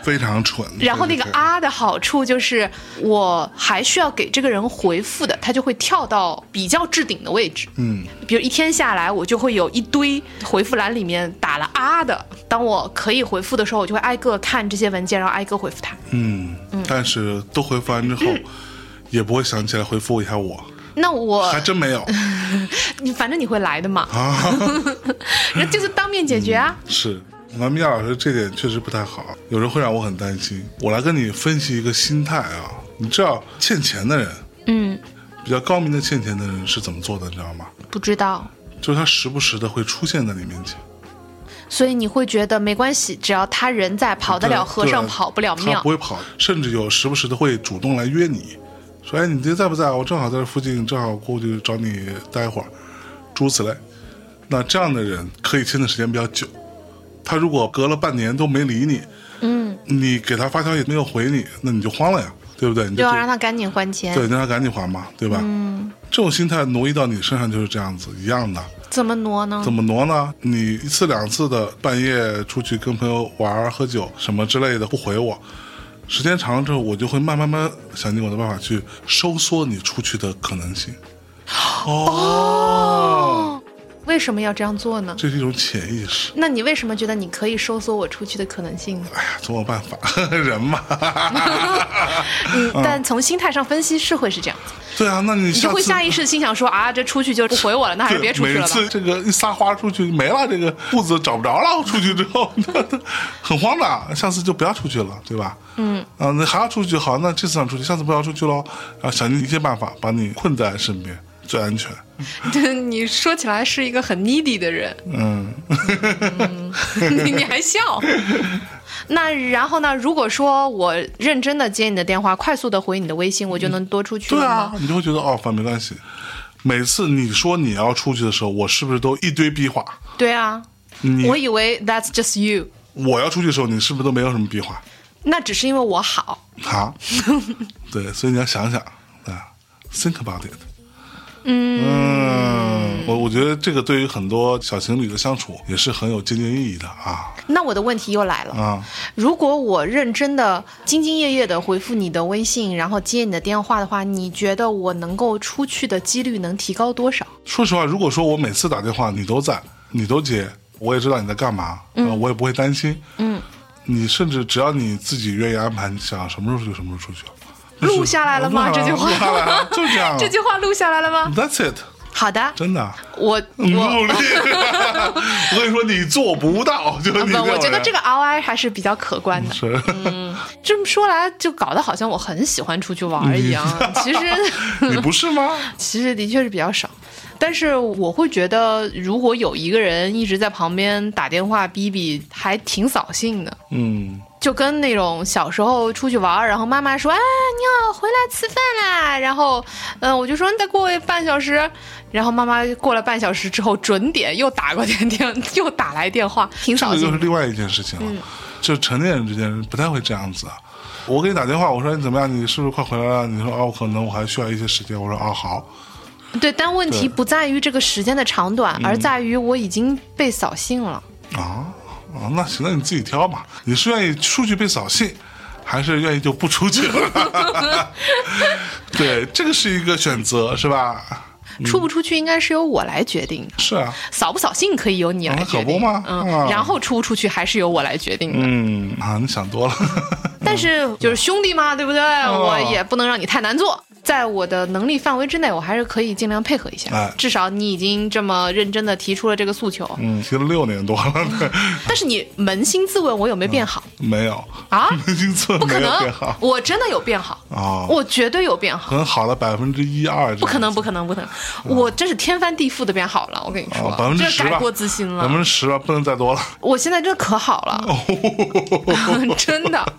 C: 非常蠢。
B: 然后那个
C: 对，
B: 啊的好处就是，我还需要给这个人回复的，他就会跳到比较置顶的位置。
C: 对嗯，
B: 比如一天下来，我就会有一堆回复栏里面打了啊的。当我可以回复的时候，我就会挨个看这些文件，然后挨个回复他。
C: 嗯，但是都回复完之后，也不会想起来回复一下我，
B: 那我
C: 还真没有
B: 你反正你会来的嘛，
C: 啊。
B: 那就是当面解决啊。
C: 是，那米娅老师这点确实不太好，有时候会让我很担心。我来跟你分析一个心态啊，你知道欠钱的人，
B: 嗯，
C: 比较高明的欠钱的人是怎么做的，你知道吗？
B: 不知道，
C: 就是他时不时的会出现在你面前，
B: 所以你会觉得没关系，只要他人在，跑得了
C: 对
B: 和尚
C: 对
B: 跑不了
C: 他
B: 庙
C: 不。会跑，甚至有时不时的会主动来约你，说：“哎，你这在不在？我正好在这附近，正好过去找你待会儿。”诸如此类。那这样的人可以牵的时间比较久。他如果隔了半年都没理你，嗯，你给他发消息没有回你，那你就慌了呀，对不对？你
B: 就
C: 就
B: 要让他赶紧还钱，
C: 对，让他赶紧还嘛，对吧？嗯，这种心态挪移到你身上就是这样子一样的。
B: 怎么挪呢
C: 怎？么挪呢？你一次两次的半夜出去跟朋友玩儿喝酒什么之类的不回我，时间长了之后，我就会慢慢慢想尽我的办法去收缩你出去的可能性。哦，
B: 为什么要这样做呢？
C: 这是一种潜意识。
B: 那你为什么觉得你可以收缩我出去的可能性呢？
C: 哎呀，总有办法， 人嘛。
B: 嗯，但从心态上分析是会是这样子，
C: 对啊，那你
B: 你就
C: 下
B: 会
C: 次
B: 下意识地心想说啊，这出去就不回我了，那还是
C: 对
B: 别出去了
C: 每
B: 吧。
C: 次这个一撒花出去没了，这个裤子找不着了，出去之后 很慌的，下次就不要出去了，对吧？嗯，啊，那还要出去，好，那这次想出去，下次不要出去喽，然后想尽一切办法把你困在身边，最安全。
B: 你说起来是一个很 needy 的人，
C: 嗯，
B: 你 你还笑。那然后呢？如果说我认真的接你的电话，快速的回你的微信，我就能多出去了
C: 对啊
B: 吗，，
C: 你就会觉得哦，反正没关系。每次你说你要出去的时候，我是不是都一堆逼话？
B: 对啊，
C: 你
B: 我以为 that's just you，
C: 我要出去的时候，你是不是都没有什么逼话？
B: 那只是因为我好。
C: 啊，对，所以你要想想啊，think about it。嗯，我我觉得这个对于很多小情侣的相处也是很有借鉴意义的啊
B: 那我的问题又来了，
C: 啊！
B: 如果我认真的、兢兢业业的回复你的微信，然后接你的电话的话，你觉得我能够出去的几率能提高多少？
C: 说实话，如果说我每次啊打电话你都在，你都接，我也知道你在干嘛，嗯、我也不会担心。嗯，你甚至只要你自己愿意安排，你想什么时候就什么时候出去。就是
B: 录下来了吗
C: 录下
B: 这句话。
C: 录下来了就这样
B: 这句话录下来了吗？
C: That's it，
B: 好的，
C: 真的。
B: 我我。
C: 努力， 我跟你说，你做不到，就是
B: 啊不，
C: 你种
B: 我觉得
C: 人
B: 这嗯个 ROI 还是比较可观的。
C: 是。
B: 这么说来，就搞得好像我很喜欢出去玩儿一样。其实，
C: 你不是吗？
B: 其实的确是比较少。但是我会觉得，如果有一个人一直在旁边打电话逼逼，还挺扫兴的。
C: 嗯，
B: 就跟那种小时候出去玩儿，然后妈妈说：“啊，你好，回来吃饭啦。”然后，嗯、我就说你再过半小时。然后妈妈过了半小时之后，准点又打过电电，又打来电话，挺
C: 这
B: 扫
C: 个
B: 兴
C: 就
B: 的
C: 是。另外一件事情
B: 嗯
C: 了。就成年人之间不太会这样子啊。我给你打电话，我说你怎么样？你是不是快回来了？你说哦，可能我还需要一些时间。我说哦，好。
B: 对，嗯但问题
C: 对
B: 不在于这个时间的长短，而在于我已经被扫兴了。
C: 啊啊，那行，那你自己挑吧。你是愿意出去被扫兴，还是愿意就不出去了？ 对，这个是一个选择，是吧？
B: 出不出去应该是由我来决定的，
C: 是啊，
B: 扫不扫兴可以由你来
C: 啊
B: 决
C: 可不
B: 定
C: 嘛
B: 嗯，
C: 啊
B: 然后出不出去还是由我来决定的。
C: 嗯啊，你想多了。
B: 但是就是兄弟嘛，对不对？
C: 啊
B: 我也不能让你太难做，在我的能力范围之内，我还是可以尽量配合一下。
C: 哎
B: 至少你已经这么认真的提出了这个诉求，
C: 嗯， 提了六年多了，对，
B: 但是你扪心自问，我有没有变好、
C: 没有，
B: 啊？
C: 已经做
B: 不可
C: 没有
B: 能
C: 变好，
B: 我真的有变好，
C: 啊，
B: 我绝对有变好。
C: 可能好了百分之一二，
B: 不可能，不可能，不可能！我真是天翻地覆的变好了，我跟你说，
C: 啊，百分之
B: 这
C: 十
B: 改
C: 吧，
B: 过自新
C: 百分
B: 了。
C: 之十啊吧，不能再多了。
B: 我现在真的可好了， 真的。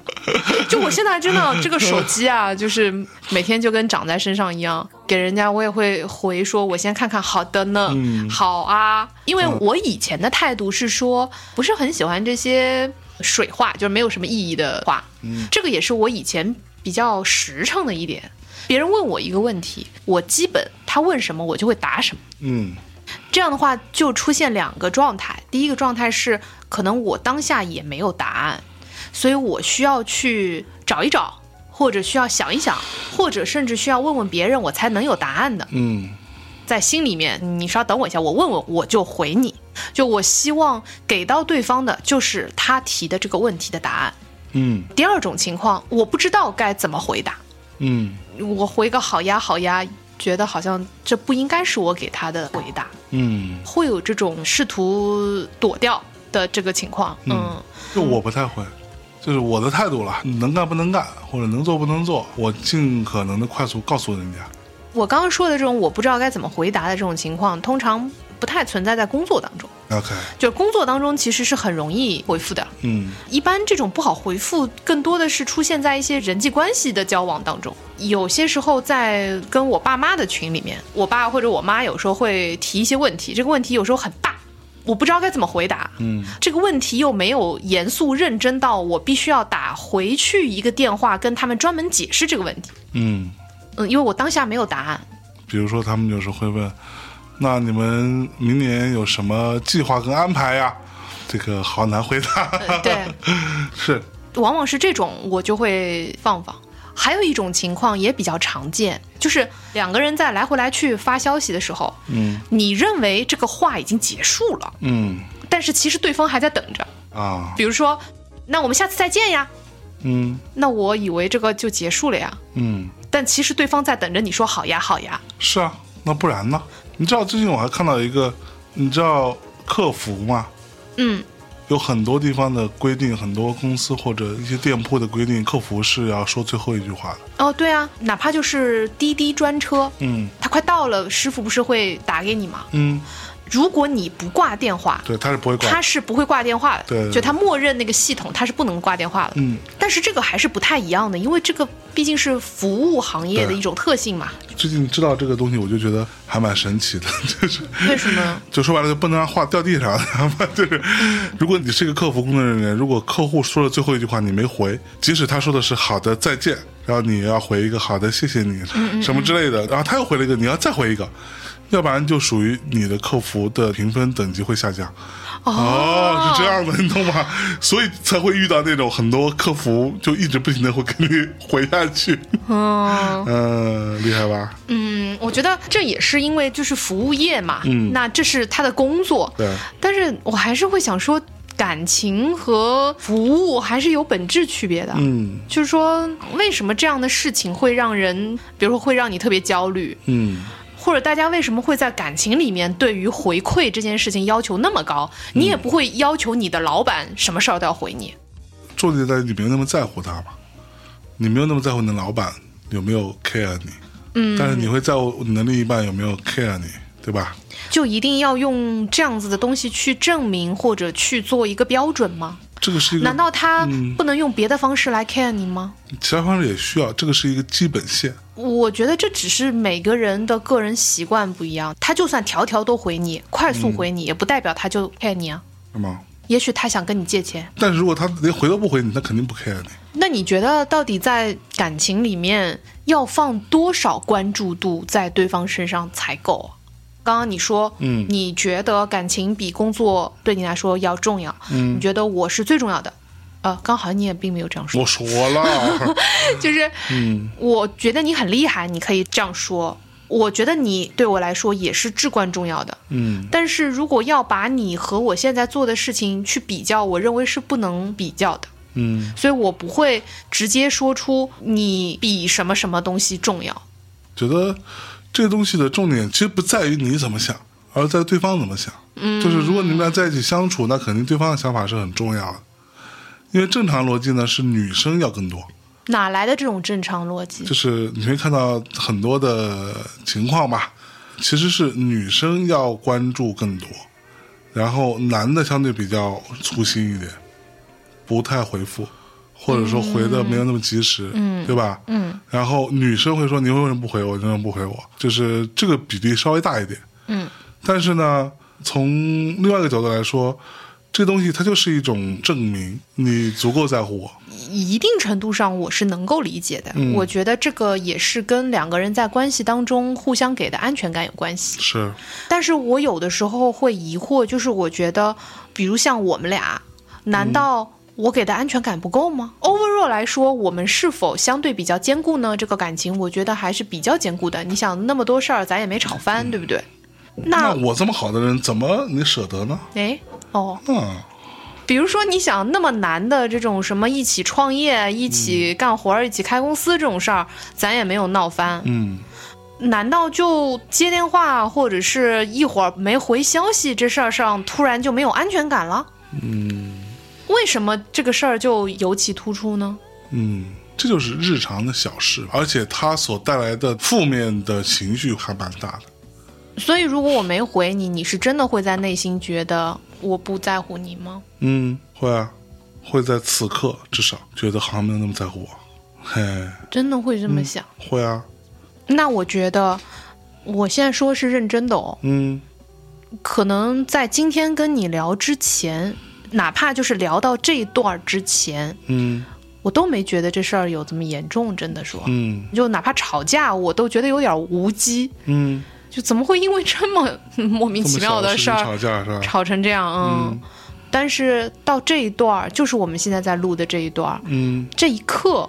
B: 就我现在真的这个手机啊，就是每天就跟长在身上一样，给人家我也会回说，我先看看，好的呢，好啊。因为我以前的态度是说，不是很喜欢这些水话，就是没有什么意义的话。这个也是我以前比较实诚的一点。别人问我一个问题，我基本他问什么我就会答什么。
C: 嗯
B: 这样的话就出现两个状态，第一个状态是可能我当下也没有答案，所以我需要去找一找，或者需要想一想，或者甚至需要问问别人，我才能有答案的。
C: 嗯，
B: 在心里面，你稍等我一下，我问问我就回你。就我希望给到对方的就是他提的这个问题的答案。
C: 嗯
B: 第二种情况，我不知道该怎么回答，
C: 嗯
B: 我回个好呀好呀，觉得好像这不应该是我给他的回答。
C: 嗯，
B: 会有这种试图躲掉的这个情况。嗯，
C: 就我不太会，就是我的态度了，能干不能干，或者能做不能做，我尽可能的快速告诉人家。
B: 我刚刚说的这种我不知道该怎么回答的这种情况，通常不太存在在工作当中。
C: OK，
B: 就是工作当中其实是很容易回复的，
C: 嗯
B: 一般这种不好回复，更多的是出现在一些人际关系的交往当中。有些时候在跟我爸妈的群里面，我爸或者我妈有时候会提一些问题，这个问题有时候很大，我不知道该怎么回答。
C: 嗯，
B: 这个问题又没有严肃认真到我必须要打回去一个电话跟他们专门解释这个问题。
C: 嗯，
B: 嗯，因为我当下没有答案。
C: 比如说他们有时候会问，那你们明年有什么计划跟安排呀？这个好难回答。
B: 呃对，
C: 是，
B: 往往是这种，我就会放放。还有一种情况也比较常见，就是两个人在来回来去发消息的时候，
C: 嗯
B: 你认为这个话已经结束了，
C: 嗯
B: 但是其实对方还在等着。
C: 啊，
B: 比如说，那我们下次再见呀。
C: 嗯
B: 那我以为这个就结束了呀，
C: 嗯。
B: 但其实对方在等着你说好呀好呀。
C: 是啊，那不然呢？你知道最近我还看到一个，你知道客服吗？
B: 嗯，
C: 有很多地方的规定，很多公司或者一些店铺的规定，客服是要说最后一句话的。
B: 哦对啊，哪怕就是滴滴专车，
C: 嗯
B: 他快到了，师傅不是会打给你吗？
C: 嗯，
B: 如果你不挂电话，
C: 对，他是不会管
B: 他。是不会挂电话的，
C: 对对对
B: 就他默认那个系统他是不能挂电话的。
C: 嗯，
B: 但是这个还是不太一样的，因为这个毕竟是服务行业的
C: 对
B: 一种特性嘛。
C: 最近知道这个东西，我就觉得还蛮神奇的， 就是
B: 为什么？
C: 就说白了，就不能让话掉地上， 就是如果你是一个客服工作人员，如果客户说了最后一句话你没回，即使他说的是好的再见，然后你要回一个好的谢谢你什么之类的，然后他又回了一个你要再回一个，要不然就属于你的客服的评分等级会下降。哦，是这样的，你懂吗？所以才会遇到那种很多客服就一直不停的会给你回下去，
B: 嗯
C: 嗯，厉害吧？
B: 嗯，我觉得这也是因为就是服务业嘛，
C: 嗯
B: 那这是他的工作。
C: 对，
B: 但是我还是会想说，感情和服务还是有本质区别的。
C: 嗯
B: 就是说，为什么这样的事情会让人，比如说会让你特别焦虑，
C: 嗯
B: 或者大家为什么会在感情里面对于回馈这件事情要求那么高？
C: 嗯
B: 你也不会要求你的老板什么事儿都要回你。
C: 重点在于你没有那么在乎他嘛，你没有那么在乎你的老板有没有 care 你，嗯，但是你会在乎你的另一半有没有 care 你，对吧？
B: 就一定要用这样子的东西去证明或者去做一个标准吗？
C: 这个是一个，嗯
B: 难道他不能用别的方式来 care 你吗？
C: 其他方式也需要？这个是一个基本线，
B: 我觉得这只是每个人的个人习惯不一样。他就算条条都回你，快
C: 嗯
B: 速回你，也不代表他就 care 你啊。
C: 对吗？
B: 也许他想跟你借钱，
C: 但是如果他连回都不回你，他肯定不 care 你。
B: 那你觉得到底在感情里面要放多少关注度在对方身上才够啊？刚刚你说，
C: 嗯
B: 你觉得感情比工作对你来说要重要，嗯，你觉得我是最重要的，呃，刚好像你也并没有这样说，
C: 我说了，
B: 就是，嗯，我觉得你很厉害，你可以这样说，我觉得你对我来说也是至关重要的，
C: 嗯，
B: 但是如果要把你和我现在做的事情去比较，我认为是不能比较的。
C: 嗯，
B: 所以我不会直接说出你比什么什么东西重要。
C: 觉得这个东西的重点其实不在于你怎么想，而在对方怎么想。嗯，就是如果你们俩在一起相处，那肯定对方的想法是很重要的，因为正常逻辑呢是女生要更多。
B: 哪来的这种正常逻辑？
C: 就是你会看到很多的情况吧，其实是女生要关注更多，然后男的相对比较粗心一点，不太回复，或者说回的没有那么及时，嗯，对吧？嗯，然后女生会说你为什么不回我？你为什么不回我？就是这个比例稍微大一点，
B: 嗯，
C: 但是呢，从另外一个角度来说。这东西它就是一种证明，你足够在乎我。
B: 一定程度上我是能够理解的。
C: 嗯
B: 我觉得这个也是跟两个人在关系当中互相给的安全感有关系。
C: 是，
B: 但是我有的时候会疑惑，就是我觉得，比如像我们俩，难道我给的安全感不够吗、o
C: 嗯
B: v e r a l l 来说，我们是否相对比较坚固呢？这个感情，我觉得还是比较坚固的。你想，那么多事儿，咱也没吵翻，对不对？
C: 嗯
B: 那
C: 那我这么好的人，怎么你舍得呢？
B: 哎哦，
C: 嗯，
B: 比如说你想那么难的这种什么一起创业、一起干活儿、一起开公司这种事儿，咱也没有闹翻。
C: 嗯，
B: 难道就接电话或者是一会儿没回消息这事儿上，突然就没有安全感了？嗯，为什么这个事儿就尤其突出呢？
C: 嗯，这就是日常的小事，而且它所带来的负面的情绪还蛮大的。
B: 所以如果我没回你，你是真的会在内心觉得我不在乎你吗？
C: 嗯，会啊，会在此刻至少觉得好像没有那么在乎我。嘿，
B: 真的会这么想？
C: 会啊，
B: 那我觉得我现在说是认真的哦。
C: 嗯
B: 可能在今天跟你聊之前，哪怕就是聊到这一段儿之前，
C: 嗯
B: 我都没觉得这事儿有这么严重。真的说，
C: 嗯
B: 就哪怕吵架，我都觉得有点无稽。
C: 嗯，
B: 就怎么会因为这么莫名
C: 这
B: 其
C: 么
B: 妙
C: 小
B: 的
C: 事
B: 事
C: 情
B: 儿
C: 吵架是吧？
B: 吵成这样？嗯。但是到这一段儿，就是我们现在在录的这一段儿，
C: 嗯
B: 这一刻，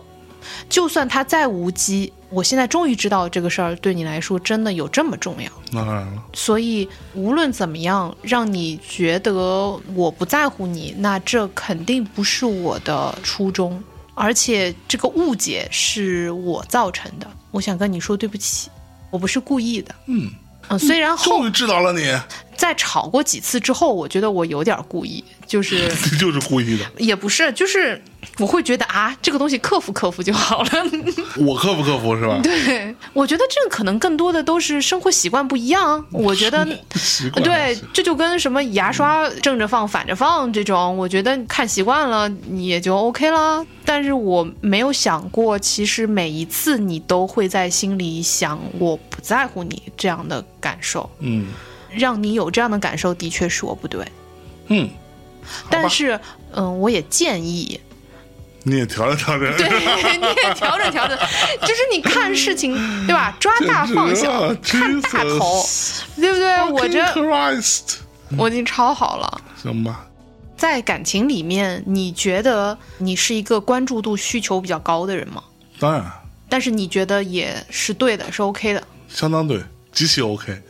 B: 就算它再无稽，我现在终于知道这个事儿对你来说真的有这么重要。
C: 那当然了，
B: 所以无论怎么样，让你觉得我不在乎你，那这肯定不是我的初衷，而且这个误解是我造成的。我想跟你说对不起，我不是故意的。
C: 嗯
B: 嗯，虽然后
C: 终于知道了你，
B: 在吵过几次之后，我觉得我有点故意，就是
C: 你就是故意的。
B: 也不是，就是我会觉得啊，这个东西克服克服就好了。
C: 我克服克服是吧？
B: 对，我觉得这可能更多的都是生活习惯不一样啊。我觉得
C: 习惯了
B: 对，这就跟什么牙刷正着放、反着放这种，我觉得看习惯了你也就 OK 啦。但是我没有想过，其实每一次你都会在心里想“我不在乎你”这样的感受，
C: 嗯
B: 让你有这样的感受，的确是我不对。
C: 嗯，
B: 但是，嗯，我也建议，
C: 你也调整调整，
B: 对，你也调整调整，就是你看事情，对吧？抓大放小，看大头，对不对？我这
C: Christ，
B: 我已经抄好了。
C: 行吧，
B: 在感情里面，你觉得你是一个关注度需求比较高的人吗？
C: 当然
B: 但是你觉得也是对的，是 OK 的，
C: 相当对，极其 OK，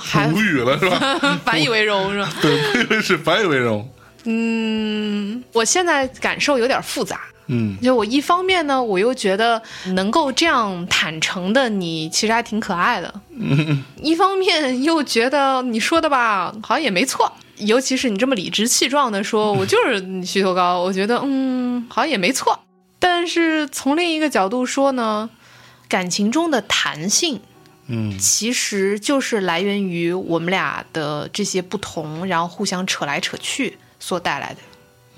B: 还
C: 无语了是吧？
B: 反以为荣是吧？
C: 对，我以为是白以为荣，
B: 嗯，我现在感受有点复杂。
C: 嗯
B: 就我一方面呢，我又觉得能够这样坦诚的你，其实还挺可爱的；一方面又觉得你说的吧，好像也没错。尤其是你这么理直气壮的说，我就是需求高，我觉得嗯，好像也没错。但是从另一个角度说呢，感情中的弹性
C: 嗯
B: 其实就是来源于我们俩的这些不同，然后互相扯来扯去所带来的。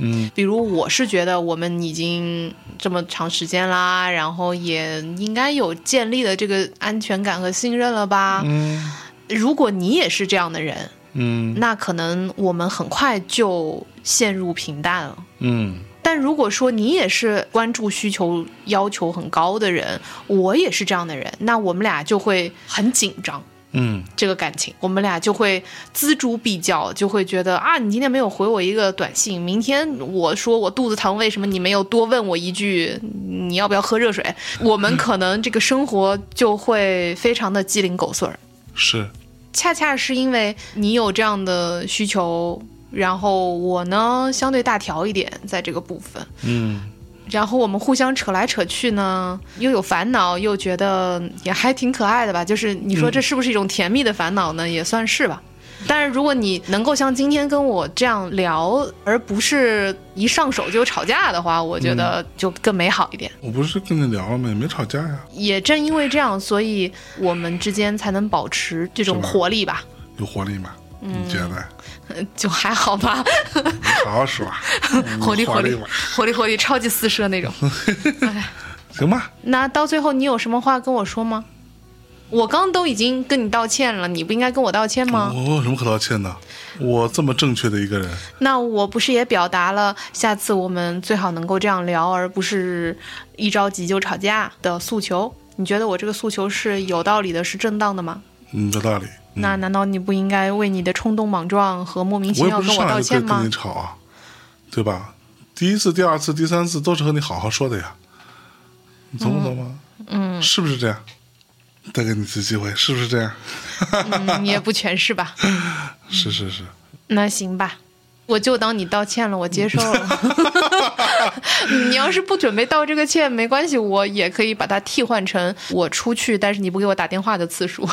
C: 嗯
B: 比如我是觉得我们已经这么长时间啦，然后也应该有建立的这个安全感和信任了吧。
C: 嗯
B: 如果你也是这样的人，
C: 嗯
B: 那可能我们很快就陷入平淡了。
C: 嗯
B: 但如果说你也是关注需求要求很高的人，我也是这样的人，那我们俩就会很紧张。
C: 嗯
B: 这个感情，我们俩就会锱铢必较，就会觉得啊，你今天没有回我一个短信，明天我说我肚子疼，为什么你没有多问我一句你要不要喝热水？我们可能这个生活就会非常的鸡零狗碎儿。
C: 是
B: 恰恰是因为你有这样的需求，然后我呢相对大条一点，在这个部分，
C: 嗯
B: 然后我们互相扯来扯去呢，又有烦恼，又觉得也还挺可爱的吧。就是你说
C: 嗯
B: 这是不是一种甜蜜的烦恼呢？也算是吧。但是如果你能够像今天跟我这样聊，而不是一上手就吵架的话，我觉
C: 嗯
B: 得就更美好一点。
C: 我不是跟你聊了吗？也没吵架呀，
B: 也正因为这样，所以我们之间才能保持这种
C: 是吧
B: 活力吧，
C: 有活力吗？
B: 嗯
C: 你觉得？
B: 就还好吧，
C: 你好好说啊，嗯
B: 活力活
C: 活
B: 力
C: 吧，
B: 活力活力，超级四射那种。
C: 行吧？
B: 那到最后，你有什么话跟我说吗？我刚都已经跟你道歉了，你不应该跟我道歉吗？
C: 我我有什么可道歉的？我这么正确的一个人，
B: 那我不是也表达了，下次我们最好能够这样聊，而不是一着急就吵架的诉求。你觉得我这个诉求是有道理的，是正当的吗？
C: 嗯，有道理。嗯
B: 那难道你不应该为你的冲动莽撞和莫名其
C: 我也
B: 妙
C: 不是
B: 跟我
C: 上来
B: 道
C: 就
B: 歉
C: 跟跟
B: 吗
C: 你？吵啊，对吧？第一次、第二次、第三次都是和你好好说的呀，你懂不懂吗？嗯，是不是这样？再给你一次机会，是不是这样？
B: 嗯，也不全是吧？
C: 是是是，
B: 那行吧，我就当你道歉了，我接受了。你要是不准备道这个歉，没关系，我也可以把它替换成我出去，但是你不给我打电话的次数。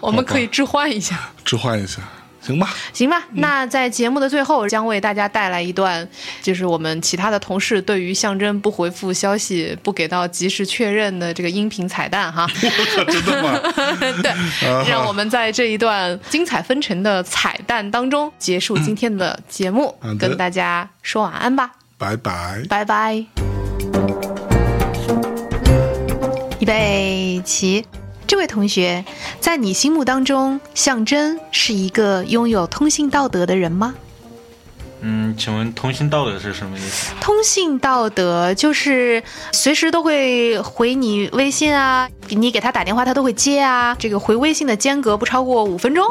B: 我们可以置换一下，
C: 置换一下，行吧？
B: 行吧？那在节目的最后，将为大家带来一段，就是我们其他的同事对于象征不回复消息、不给到及时确认的这个音频彩蛋哈。
C: 真的 吗？啊
B: 对，让我们在这一段精彩纷呈的彩蛋当中结束今天的节目，
C: 嗯好的
B: 跟大家说晚安吧，
C: 拜拜。
B: 拜拜。预备起，这位同学，在你心目当中，象征是一个拥有通信道德的人吗？
A: 嗯，请问通信道德是什么意思？
B: 通信道德就是随时都会回你微信啊，你给他打电话他都会接啊，这个回微信的间隔不超过五分钟。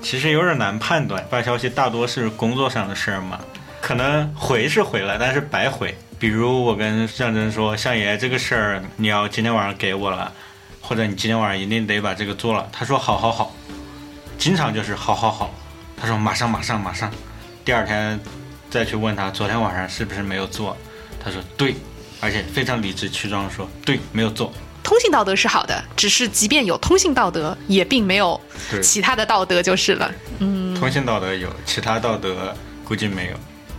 A: 其实有点难判断，发消息大多是工作上的事儿嘛，可能回是回了，但是白回。比如我跟象征说，相爷这个事儿你要今天晚上给我了，或者你今天晚上一定得把这个做了。他说好好好，经常就是好好好。他说马上马上马上，第二天再去问他昨天晚上是不是没有做，他说对，而且非常理直气壮地说对没有做。
B: 通信道德是好的，只是即便有通信道德，也并没有
A: 对
B: 其他的道德就是了。
A: 通信道德有，其他道德估计没有。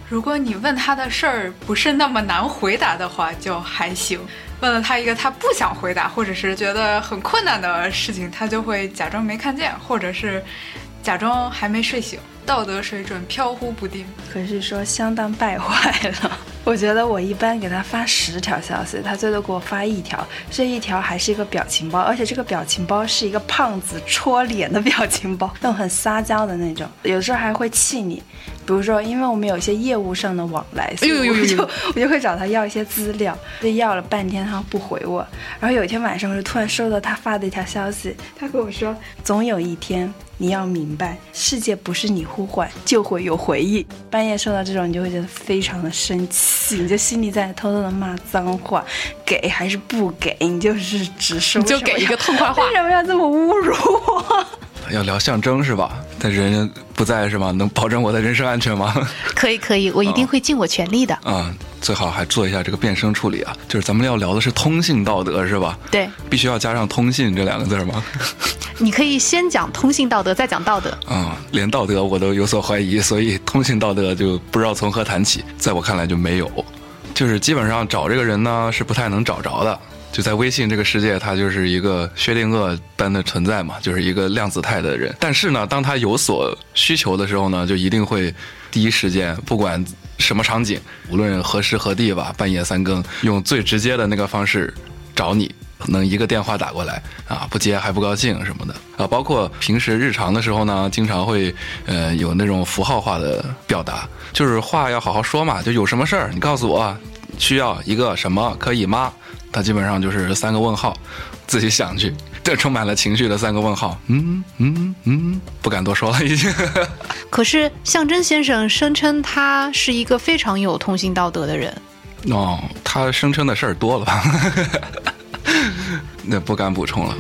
D: 如果你问他的事儿不是那么难回答的话，就还行。问了他一个他不想回答，或者是觉得很困难的事情，他就会假装没看见，或者是假装还没睡醒，道德水准飘忽不定。
E: 可是说相当败坏了。我觉得我一般给他发十条消息，他最多给我发一条，这一条还是一个表情包，而且这个表情包是一个胖子戳脸的表情包，那种很撒娇的那种，有时候还会气你。比如说，因为我们有一些业务上的往来，所以
B: 哎呦呦呦
E: 我
B: 呦
E: 就我就会找他要一些资料，就要了半天他不回我。然后有一天晚上，我就突然收到他发的一条消息，他跟我说：“总有一天你要明白，世界不是你呼唤就会有回应。”半夜收到这种，你就会觉得非常的生气，你就心里在偷偷的骂脏话，给还是不给，你就是只是
B: 你就给一个痛快话
E: 为什么要这么侮辱我？
F: 要聊象征是吧？但人不在是吗？能保证我的人身安全吗？
G: 可以可以，我一定会尽我全力的。
F: 啊、最好还做一下这个变声处理啊。就是咱们要聊的是通信道德是吧？
G: 对，
F: 必须要加上通信这两个字儿吗？
G: 你可以先讲通信道德，再讲道德。
F: 啊、连道德我都有所怀疑，所以通信道德就不知道从何谈起。在我看来就没有，就是基本上找这个人呢是不太能找着的。就在微信这个世界，它就是一个薛定谔般的存在嘛，就是一个量子态的人。但是呢，当他有所需求的时候呢，就一定会第一时间，不管什么场景，无论何时何地吧，半夜三更，用最直接的那个方式找你，能一个电话打过来啊，不接还不高兴什么的啊。包括平时日常的时候呢，经常会呃有那种符号化的表达，就是话要好好说嘛，就有什么事儿你告诉我，需要一个什么可以吗？他基本上就是三个问号，自己想去。 这充满了情绪的三个问号，嗯嗯嗯，不敢多说了，已经。
G: 可是象征先生声称他是一个非常有通信道德的人，
F: 哦，他声称的事儿多了吧？那不敢补充了。